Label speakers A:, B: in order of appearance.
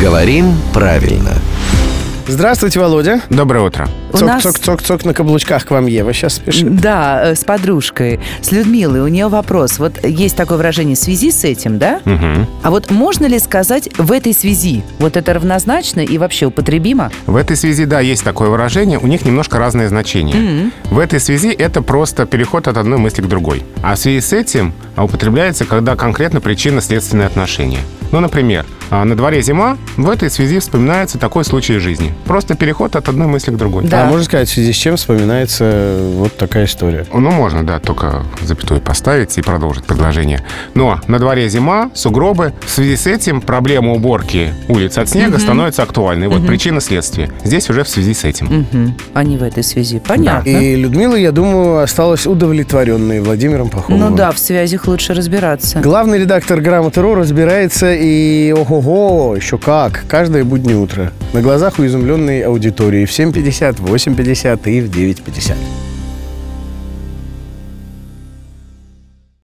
A: Говорим правильно.
B: Здравствуйте, Володя.
C: Доброе утро.
D: У
B: Цок,
D: нас-
B: цок, цок, цок на каблучках к вам Ева сейчас спешит.
D: Да, э, с подружкой, с Людмилой. У нее вопрос. Вот есть такое выражение «в связи с этим», да? А вот можно ли сказать «в этой связи»? Вот это равнозначно и вообще употребимо?
C: В этой связи, да, есть такое выражение, у них немножко разные значения. В этой связи это просто переход от одной мысли к другой. А в связи с этим а, употребляется, когда конкретно причинно-следственные отношения. Ну, например, а, на дворе зима, в этой связи вспоминается такой случай жизни. Просто переход от одной мысли к другой.
D: Да.
B: А можно сказать, в связи с чем вспоминается вот такая история?
C: Ну, можно, да, только запятую поставить и продолжить предложение. Но на дворе зима, сугробы. В связи с этим проблема уборки улиц от снега становится актуальной. Вот причина следствия. Здесь уже в связи с этим.
D: Мгм. А не в этой связи. Понятно.
B: И Людмила, я думаю, осталась удовлетворенной Владимиром Пахомовым.
D: Ну да, в связях лучше разбираться.
B: Главный редактор «Грамоты.ру» разбирается и ого-го, еще как, каждое буднее утро. На глазах у изумленной аудитории в 7.50, в 8.50 и в 9.50.